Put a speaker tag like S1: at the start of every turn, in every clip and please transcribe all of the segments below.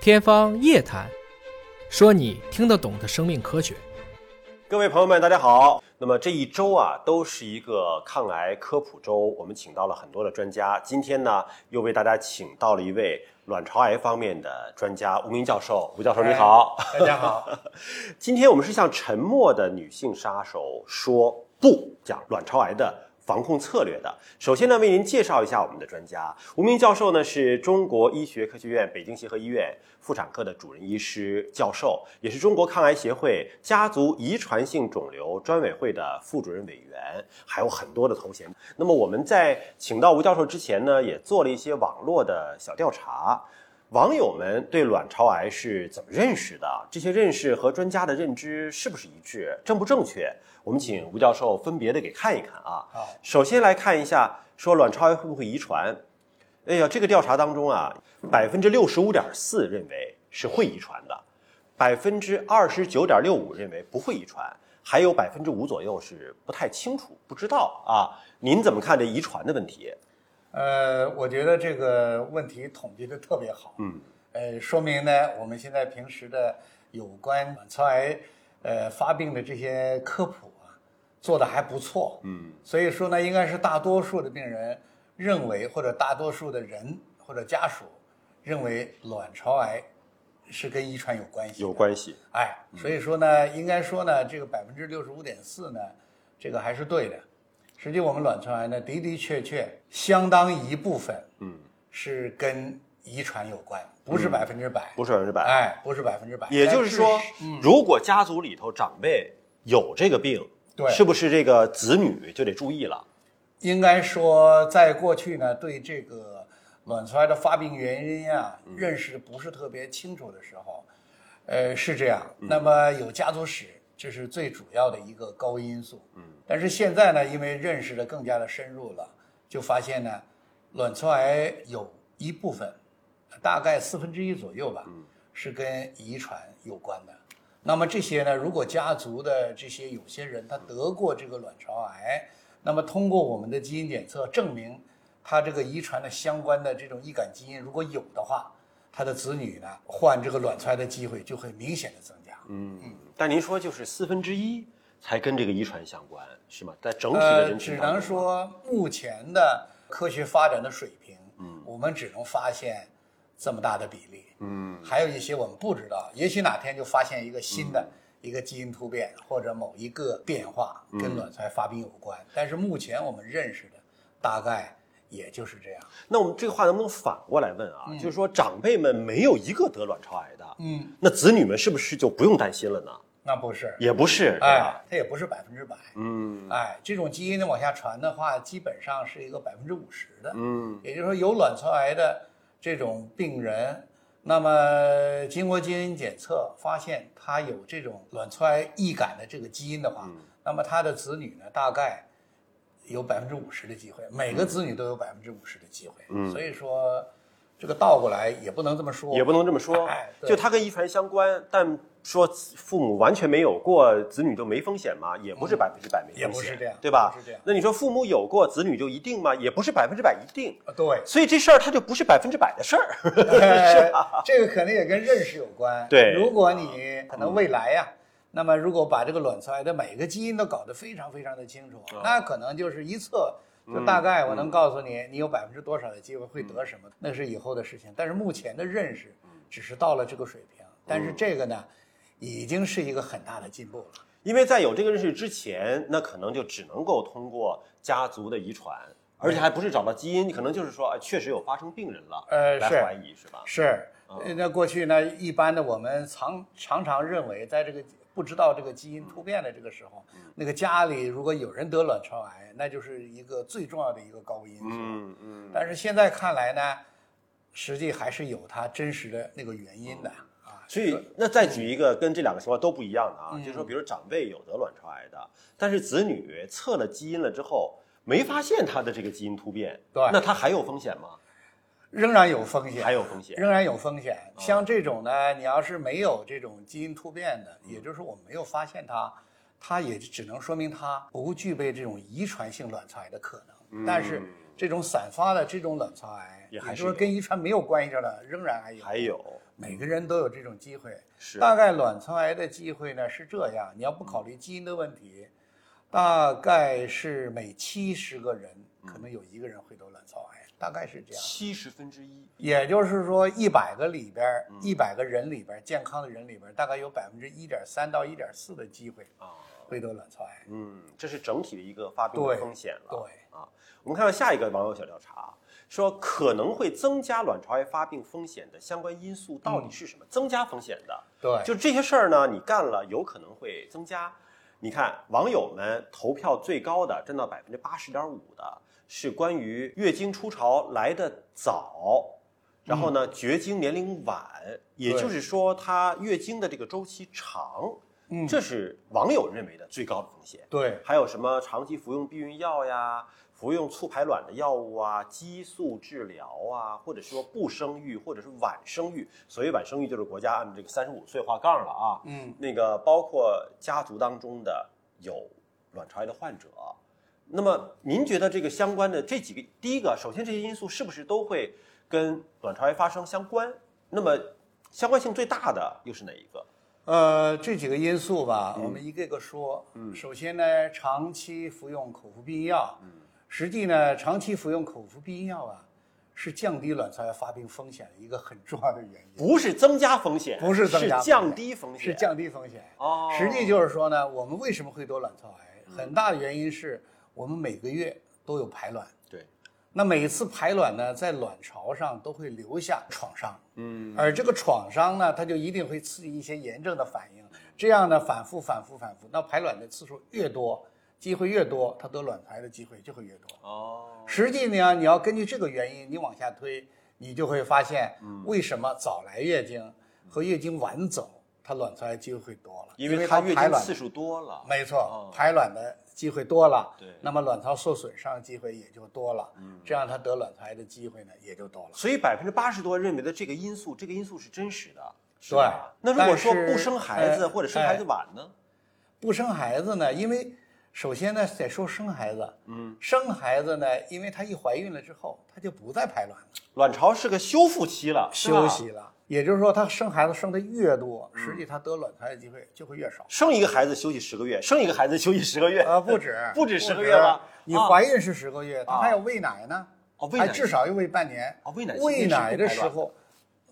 S1: 天方夜谭，说你听得懂的生命科学。
S2: 各位朋友们，大家好。那么这一周啊，都是一个抗癌科普周，我们请到了很多的专家。今天呢，又为大家请到了一位卵巢癌方面的专家吴明教授。吴教授，你好。
S3: 大家好，
S2: 今天我们是向沉默的女性杀手说不，讲卵巢癌的防控策略的。首先呢，为您介绍一下我们的专家吴明教授呢，是中国医学科学院北京协和医院妇产科的主任医师教授，也是中国抗癌协会家族遗传性肿瘤专委会的副主任委员，还有很多的头衔。那么我们在请到吴教授之前呢，也做了一些网络的小调查。网友们对卵巢癌是怎么认识的？这些认识和专家的认知是不是一致？正不正确？我们请吴教授分别的给看一看啊。
S3: 好
S2: 首先来看一下，说卵巢癌会不会遗传？哎呀，这个调查当中啊，百分之六十五点四认为是会遗传的，百分之二十九点六五认为不会遗传，还有百分之五左右是不太清楚、不知道啊。您怎么看这遗传的问题？
S3: 呃，我觉得这个问题统计的特别好，
S2: 嗯，
S3: 呃，说明呢，我们现在平时的有关卵巢癌呃发病的这些科普啊，做的还不错，
S2: 嗯，
S3: 所以说呢，应该是大多数的病人认为，或者大多数的人或者家属认为卵巢癌是跟遗传有关系的，
S2: 有关系。
S3: 哎，
S2: 嗯
S3: 所以说呢，应该说呢，这个百分之六十五点四呢，这个还是对的。实际我们卵巢癌呢，的的确确相当一部分
S2: 嗯，
S3: 是跟遗传有关，不是百分之百，
S2: 不是百分之百。
S3: 哎，不是百分之百。
S2: 也就是说
S3: 但是，
S2: 如果家族里头长辈有这个病，
S3: 对
S2: 是不是这个子女就得注意了？
S3: 应该说，在过去呢，对这个卵巢癌的发病原因啊，认识不是特别清楚的时候，呃，是这样。那么有家族史，这是最主要的一个高因素。嗯，但是现在呢，因为认识的更加的深入了，就发现呢，卵巢癌有一部分，大概四分之一左右吧，是跟遗传有关的。那么这些呢，如果家族的这些有些人他得过这个卵巢癌，那么通过我们的基因检测证明他这个遗传的相关的这种易感基因如果有的话，他的子女呢患这个卵巢癌的机会就会明显的增加。
S2: 嗯，但您说就是四分之一才跟这个遗传相关，是吗？在整体的
S3: 呃，
S2: 人群
S3: 只
S2: 当中
S3: 能说目前的科学发展的水平，嗯，我们只能发现这么大的比例，嗯，还有一些我们不知道，也许哪天就发现一个新的、
S2: 嗯
S3: 一个基因突变或者某一个变化跟卵巢癌发病有关，但是目前我们认识的大概也就是这样。
S2: 那我们这个话能不能反过来问啊？就是说，长辈们没有一个得卵巢癌的，
S3: 嗯，
S2: 那子女们是不是就不用担心了呢？
S3: 那不是，
S2: 也不是，对吧？
S3: 哎，它也不是百分之百，
S2: 嗯
S3: 哎，这种基因的往下传的话，基本上是一个百分之五十的，
S2: 嗯
S3: 也就是说，有卵巢癌的这种病人，那么经过基因检测发现他有这种卵巢癌易感的这个基因的
S2: 嗯
S3: 话，那么他的子女呢，大概有百分之五十的机会，每个子女都有百分之五十的机会。
S2: 嗯
S3: 所以说，这个倒过来也不能这么说，
S2: 也不能这么说
S3: 哎，对
S2: 就它跟遗传相关，但说父母完全没有过，子女就没风险吗？也不是百分之百没风险，
S3: 嗯也不是这样
S2: 对吧？
S3: 不是这样
S2: 那你说父母有过，子女就一定吗？也不是百分之百一定，，
S3: 啊对
S2: 所以这事儿它就不是百分之百的事儿。
S3: 呃 这个可能也跟认识有关。
S2: 对
S3: 如果你可能未来呀、那么如果把这个卵巢癌的每个基因都搞得非常非常的清楚，那可能就是一测就大概我能告诉你，你有百分之多少的机会会得什么，那是以后的事情。但是目前的认识只是到了这个水平，但是这个呢，已经是一个很大的进步了。
S2: 因为在有这个认识之前，那可能就只能够通过家族的遗传，而且还不是找到基因，可能就是说，哎确实有发生病人了，
S3: 呃
S2: 来
S3: 是
S2: 怀疑是吧？
S3: 是，呃那过去呢，一般的我们常常常认为，在这个不知道这个基因突变的这个时候，那个家里如果有人得卵巢癌，那就是一个最重要的一个高因素。
S2: 嗯嗯，
S3: 但是现在看来呢，实际还是有它真实的那个原因的、啊。
S2: 所以，那再举一个跟这两个情况都不一样的啊，就是说，比如长辈有得卵巢癌的，但是子女测了基因了之后，没发现他的这个基因突变，
S3: 对
S2: 那他还有风险吗？
S3: 仍然有风险，
S2: 还有风险
S3: 仍然有风险。
S2: 啊
S3: 像这种呢，你要是没有这种基因突变的，
S2: 嗯
S3: 也就是说我们没有发现它，它也只能说明它不具备这种遗传性卵巢癌的可能。但是这种散发的这种卵巢癌，
S2: 嗯也
S3: 也
S2: 还
S3: 就是是
S2: 有
S3: 跟遗传没有关系的了，仍然还有。
S2: 还有
S3: 每个人都有这种机会。
S2: 是
S3: 大概卵巢癌的机会呢是这样，你要不考虑基因的问题，大概是每七十个人
S2: 嗯
S3: 可能有一个人会得卵巢癌，大概是这样。
S2: 七十分之一，
S3: 也就是说，一百个里边，一百个人里边，健康的人里边，大概有百分之一点三到一点四的机会
S2: 啊
S3: 会得卵巢癌。
S2: 嗯，这是整体的一个发病的
S3: 对
S2: 风险了。
S3: 对
S2: 啊，我们看到下一个网友小调查说，可能会增加卵巢癌发病风险的相关因素到底是什么？增加风险的，
S3: 对，
S2: 就这些事儿呢，你干了有可能会增加。你看，网友们投票最高的，占到百分之八十点五的，是关于月经初潮来的早，然后
S3: 嗯
S2: 呢，绝经年龄晚，也
S3: 对
S2: 就是说，它月经的这个周期长，
S3: 嗯
S2: 这是网友认为的最高的风险。
S3: 对
S2: 还有什么长期服用避孕药呀，服用促排卵的药物啊，激素治疗啊，或者说不生育，或者是晚生育。所谓晚生育，就是国家按这个三十五岁划杠了啊。
S3: 嗯，
S2: 那个包括家族当中的有卵巢癌的患者。那么您觉得这个相关的这几个，第一个，首先这些因素是不是都会跟卵巢癌发生相关？那么相关性最大的又是哪一个？
S3: 呃，这几个因素吧，我们一个个说。嗯，首先呢，长期服用口服避孕药，嗯，实际呢，长期服用口服避孕药啊，是降低卵巢癌发病风险的一个很重要的原因，
S2: 不是增加风险，
S3: 不是增加风险
S2: 是降低风险，
S3: 是降低风险。
S2: 哦
S3: 实际就是说呢，我们为什么会得卵巢癌，很大的原因是我们每个月都有排卵，
S2: 对，
S3: 那每次排卵呢，在卵巢上都会留下创伤，
S2: 嗯，
S3: 而这个创伤呢，它就一定会刺激一些炎症的反应，这样呢，反复、反复、反复，那排卵的次数越多，机会越多，它得卵巢癌的机会就会越多。
S2: 哦，
S3: 实际呢，你要根据这个原因，你往下推，你就会发现，
S2: 嗯
S3: 为什么早来月经和月经晚走，它卵巢癌机会会多了，
S2: 因
S3: 为
S2: 为
S3: 它
S2: 它月
S3: 排
S2: 经
S3: 卵
S2: 次数多了，
S3: 没
S2: 哦
S3: 错，排卵的机会多了，
S2: 对嗯
S3: 那么卵巢受损伤的机会也就多了，这样它得卵巢癌的机会呢也就多了。
S2: 所以百分之八十多认为的这个因素，这个因素是真实的，是
S3: 对
S2: 吧那如果说
S3: 但是
S2: 不生孩子
S3: 哎
S2: 或者生孩子晚呢？
S3: 不生孩子呢，因为首先呢得说生孩子，
S2: 嗯，
S3: 生孩子呢，因为她一怀孕了之后，她就不再排卵了，
S2: 卵巢是个修复期了，是啊嗯吧
S3: 休息。了。也就是说，她生孩子生的越多，实际她得卵巢的机会就会越少。
S2: 生一个孩子休息十个月，生一个孩子休息十个月，，
S3: 呃，不止
S2: 不止十个月了
S3: 你
S2: 啊
S3: 怀孕是十个月，她
S2: 啊
S3: 还要喂奶呢，
S2: 哦喂奶
S3: 还至少要喂半年。
S2: 哦喂奶
S3: 喂奶的时
S2: 是不排
S3: 候，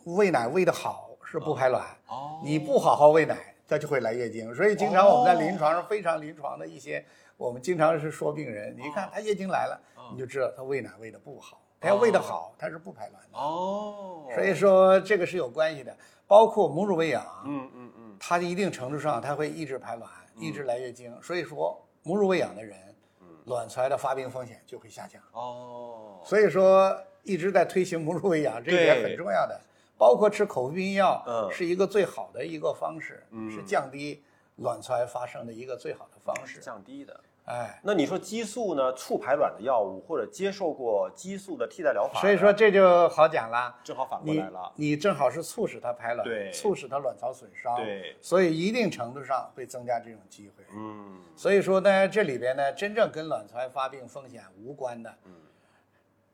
S3: 喂奶喂的好是不排卵，
S2: 哦
S3: 你不好好喂奶，它就会来月经。所以经常
S2: 哦
S3: 我们在临床上非常临床的一些，我们经常是说病人，你一
S2: 哦
S3: 看他月经来了，
S2: 嗯
S3: 你就知道他喂奶喂的不好，他要喂的好，他是不排卵的。
S2: 哦，
S3: 所以说这个是有关系的，包括母乳喂养，
S2: 嗯嗯嗯，
S3: 它一定程度上它会抑制排卵，抑制来月经。所以说母乳喂养的人，
S2: 嗯
S3: 卵巢癌的发病风险就会下降。
S2: 哦，
S3: 所以说一直在推行母乳喂养，这一点
S2: 对
S3: 很重要的。包括吃口服避孕药，
S2: 嗯
S3: 是一个最好的一个方式，是降低卵巢癌发生的一个最好的方式。
S2: 降低的。
S3: 哎，
S2: 那你说激素呢？促排卵的药物或者接受过激素的替代疗法呢，
S3: 所以说这就好讲了。
S2: 正好反过
S3: 你
S2: 来了。
S3: 你正好是促使它排卵，
S2: 对
S3: 促使它卵巢损伤，
S2: 对
S3: 所以一定程度上会增加这种机会。
S2: 嗯，
S3: 所以说呢，这里边呢，真正跟卵巢癌发病风险无关的，嗯，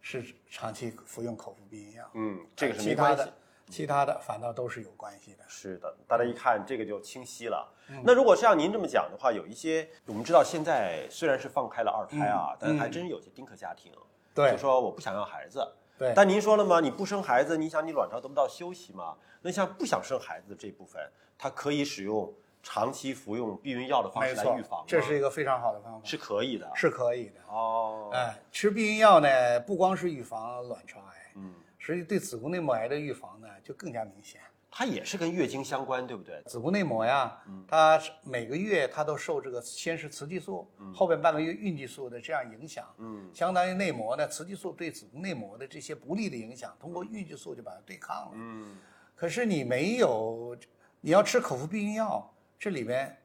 S3: 是长期服用口服避孕药，
S2: 嗯，这个是
S3: 其
S2: 没
S3: 他
S2: 关系
S3: 的。，其他的反倒都是有关系的。
S2: 是的，大家一看这个就清晰了。
S3: 嗯
S2: 那如果是像您这么讲的话，有一些我们知道现在虽然是放开了二胎啊，但还真是有些丁克家庭，
S3: 嗯对
S2: 就说我不想要孩子。
S3: 对
S2: 但您说了吗？你不生孩子，你想你卵巢得不到休息吗？那像不想生孩子的这部分，它可以使用长期服用避孕药的方
S3: 没
S2: 式来
S3: 错，
S2: 预防吗，啊
S3: 这是一个非常好的方法，
S2: 是可以的。
S3: 是可以的。
S2: 哦，
S3: 哎，吃避孕药呢，不光是预防卵巢癌，
S2: 嗯，
S3: 实际对子宫内膜癌的预防呢就更加明显。
S2: 它也是跟月经相关，对不对？
S3: 子宫内膜呀，
S2: 嗯
S3: 它是每个月它都受这个先是雌激素，后边半个月孕激素的这样影响，
S2: 嗯，
S3: 相当于内膜呢，雌激素对子宫内膜的这些不利的影响，通过孕激素就把它对抗了。
S2: 嗯，
S3: 可是你没有，你要吃口服避孕药，这里边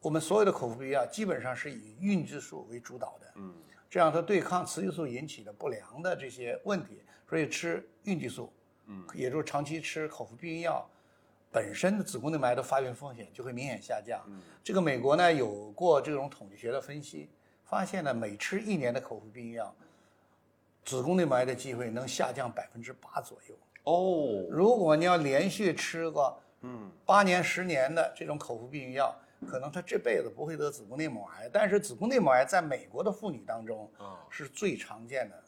S3: 我们所有的口服避孕药基本上是以孕激素为主导的，嗯，这样它对抗雌激素引起的不良的这些问题，所以吃孕激素，嗯，也就是长期吃口服避孕药，本身的子宫内膜癌的发病风险就会明显下降。这个美国呢有过这种统计学的分析，发现呢每吃一年的口服避孕药，子宫内膜癌的机会能下降百分之八左右。
S2: 哦，
S3: 如果你要连续吃个嗯八年十年的这种口服避孕药，可能她这辈子不会得子宫内膜癌。但是子宫内膜癌在美国的妇女当中
S2: 啊
S3: 是最常见 的。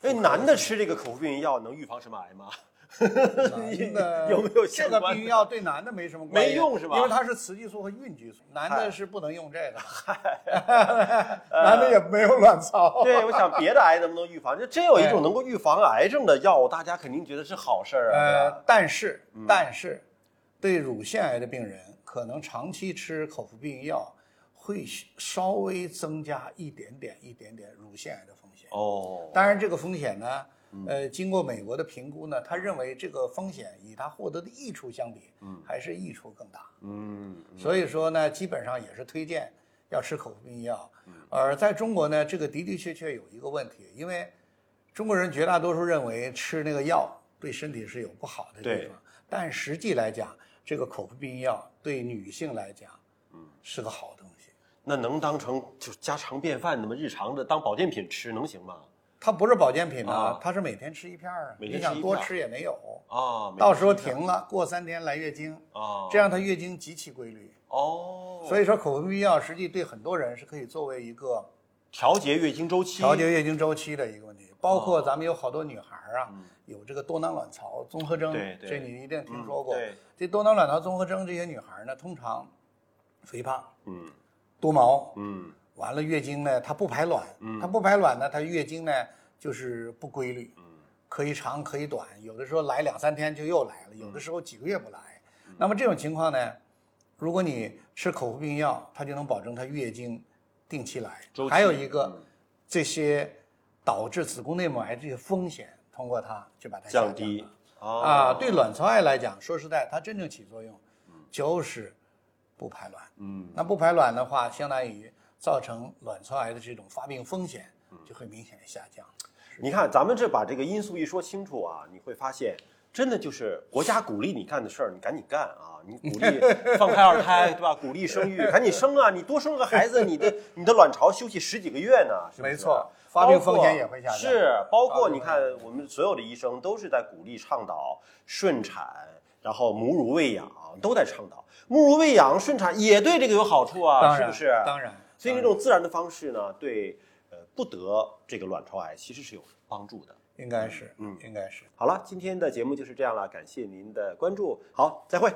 S2: 哎，男的吃这个口服避孕药能预防什么癌吗？
S3: 男 的
S2: 有没有
S3: 这
S2: 相
S3: 个
S2: 关
S3: 避孕药对男的没什么关
S2: 没
S3: 系，
S2: 用是吧
S3: 因为它是雌激素和孕激素，男
S2: 嗨
S3: 的是不能用这个，男的也 没有卵 巢。
S2: 对，我想别的癌能不能预防？就真有一种
S3: 哎
S2: 能够预防癌症的药，大家肯定觉得是好事儿啊。对吧
S3: 呃，但是但是，对乳腺癌的病人，可能长期吃口服避孕药，会稍微增加一点点一点点乳腺癌的风险。
S2: 哦，
S3: 当然，这个风险呢，呃，经过美国的评估呢，他认为这个风险与他获得的益处相比，还是益处更大。
S2: 嗯，
S3: 所以说呢，基本上也是推荐要吃口服避孕药。
S2: 嗯
S3: 而在中国呢，这个的的确确有一个问题，因为中国人绝大多数认为吃那个药对身体是有不好的地
S2: 对
S3: 方，但实际来讲，这个口服避孕药对女性来讲，
S2: 嗯
S3: 是个好东西。
S2: 那能当成就是家常便饭，那么日常的当保健品吃能行吗？
S3: 它不是保健品啊
S2: 啊，
S3: 它是每天吃一片儿啊，
S2: 每
S3: 你
S2: 天吃
S3: 想
S2: 一
S3: 多
S2: 片儿
S3: 吃也没有，
S2: 啊，每
S3: 到
S2: 天
S3: 时候停了，过三天来月经，
S2: 啊，
S3: 这样她月经极其规律。
S2: 哦，
S3: 所以说，口服避孕药实际对很多人是可以作为一个
S2: 调节月经周期，
S3: 调节月经周期的一个问题，包
S2: 哦
S3: 括咱们有好多女孩儿啊，有这个多囊卵巢综合征，
S2: 嗯对对
S3: 这你一定听说过。
S2: 嗯对
S3: 这多囊卵巢综合征这些女孩儿呢，通常肥胖、
S2: 嗯
S3: 多毛，
S2: 嗯
S3: 完了月经呢，她不排卵，她不排卵呢，她月经呢就是不规律，
S2: 嗯
S3: 可以长可以短，有的时候来两三天就又
S2: 嗯
S3: 来了，有的时候几个月不来。那么这种情况呢，如果你吃口服避孕药，它就能保证她月经定期来。
S2: 周期嗯
S3: 还有一个，这些导致子宫内膜癌这些风险，通过它就把它下
S2: 降
S3: 了
S2: 低
S3: 啊，对卵巢癌来讲，说实在，它真正起作用就是不排卵。
S2: 嗯，
S3: 那不排卵的话，相当于造成卵巢癌的这种发病风险
S2: 嗯
S3: 就会明显的下降。
S2: 你看，咱们这把这个因素一说清楚啊，你会发现，真的就是国家鼓励你干的事儿，你赶紧干啊！你鼓励 放开二胎，对吧？鼓励生育，赶紧生啊！你多生个孩子，你的你的卵巢休息十几个月呢，是不是？
S3: 没错发病风险也会下
S2: 包括
S3: 降
S2: 是，包括
S3: 发病
S2: 你看，我们所有的医生都是在鼓励倡导顺产，然后母乳喂养，都在倡导母乳喂养、顺产也对这个有好处啊，
S3: 当
S2: 是
S3: 然，
S2: 不是？
S3: 当然，
S2: 所以这种自然的方式呢，对呃不得这个卵巢癌其实是有帮助的。
S3: 应该是，
S2: 嗯
S3: 应该是。
S2: 好了，今天的节目就是这样了，感谢您的关注，好，再会。